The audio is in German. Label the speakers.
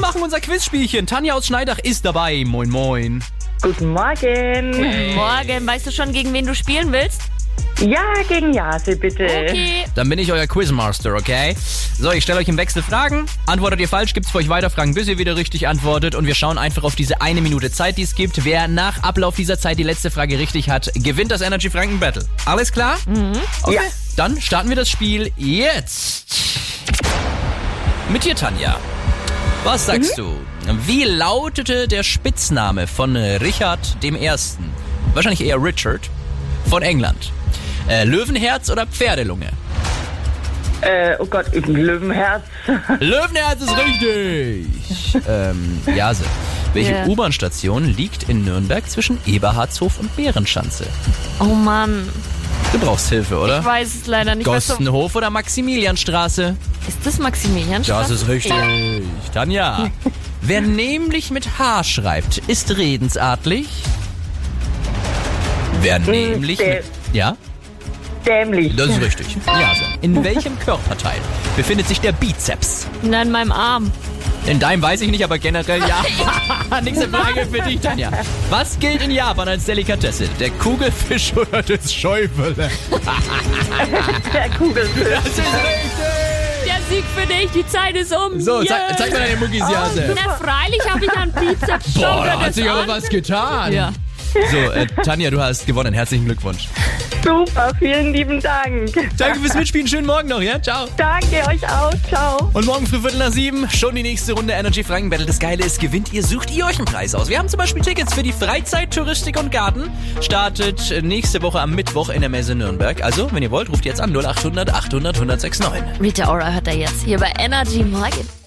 Speaker 1: machen unser Quizspielchen. Tanja aus Schneidach ist dabei. Moin, moin.
Speaker 2: Guten Morgen.
Speaker 3: Morgen, weißt du schon, gegen wen du spielen willst?
Speaker 2: Ja, gegen Jase, bitte.
Speaker 1: Äh.
Speaker 3: Okay.
Speaker 1: Dann bin ich euer Quizmaster, okay? So, ich stelle euch im Wechsel Fragen. Antwortet ihr falsch, gibt's für euch weiter Fragen, bis ihr wieder richtig antwortet. Und wir schauen einfach auf diese eine Minute Zeit, die es gibt. Wer nach Ablauf dieser Zeit die letzte Frage richtig hat, gewinnt das Energy Franken Battle. Alles klar? Mhm. Okay.
Speaker 2: Ja.
Speaker 1: Dann starten wir das Spiel jetzt. Mit dir, Tanja. Was
Speaker 3: Mhm.
Speaker 1: sagst du? Wie lautete der Spitzname von Richard dem Ersten? Wahrscheinlich eher Richard von England. Äh, Löwenherz oder Pferdelunge?
Speaker 2: Äh, oh Gott, irgendein Löwenherz.
Speaker 1: Löwenherz ist richtig. ähm, Jase, welche
Speaker 3: Ja.
Speaker 1: U-Bahn-Station liegt in Nürnberg zwischen Eberhardshof und Bärenschanze?
Speaker 3: Oh Mann,
Speaker 1: Du brauchst Hilfe,
Speaker 3: ich
Speaker 1: oder?
Speaker 3: weiß es leider nicht. Weißt du,
Speaker 1: Gostenhof oder Maximilianstraße?
Speaker 3: ist das Maximilian?
Speaker 1: richtig. Tanja, wer nämlich mit H schreibt, ist redensartlich. Wer
Speaker 3: Hm,
Speaker 1: nämlich
Speaker 2: der-
Speaker 1: mit... Ja?
Speaker 2: Dämlich.
Speaker 1: Das ist richtig. Jase, in welchem Körperteil befindet sich der Bizeps?
Speaker 3: Nein, in meinem Arm.
Speaker 1: In deinem weiß ich nicht, aber generell ja. Nächste Frage für dich, Tanja. Was gilt in Japan als Delikatesse? Der Kugelfisch oder das Schäufele?
Speaker 2: Der Kugelfisch.
Speaker 1: Das ist richtig!
Speaker 3: Der Sieg für dich, die Zeit ist um.
Speaker 1: So,
Speaker 3: Yay.
Speaker 1: zeig, zeig mal deine Muckis, Jase.
Speaker 3: Oh, Na, freilich habe ich einen Bizeps schon.
Speaker 1: Boah, da
Speaker 3: das
Speaker 1: hat sich aber
Speaker 3: andere-
Speaker 1: was getan.
Speaker 3: Ja.
Speaker 1: So, äh, Tanja, du hast gewonnen. Herzlichen Glückwunsch.
Speaker 2: Super, vielen lieben Dank.
Speaker 1: Danke fürs Mitspielen. Schönen Morgen noch, ja? Ciao.
Speaker 2: Danke euch auch. Ciao.
Speaker 1: Und morgen früh Viertel nach sieben schon die nächste Runde Energy Franken Battle. Das Geile ist, gewinnt ihr, sucht ihr euch einen Preis aus. Wir haben zum Beispiel Tickets für die Freizeit, Touristik und Garten. Startet äh, nächste Woche am Mittwoch in der Messe Nürnberg. Also, wenn ihr wollt, ruft jetzt an 0800 800 1069.
Speaker 3: Rita Ora hört er jetzt hier bei Energy Morgen.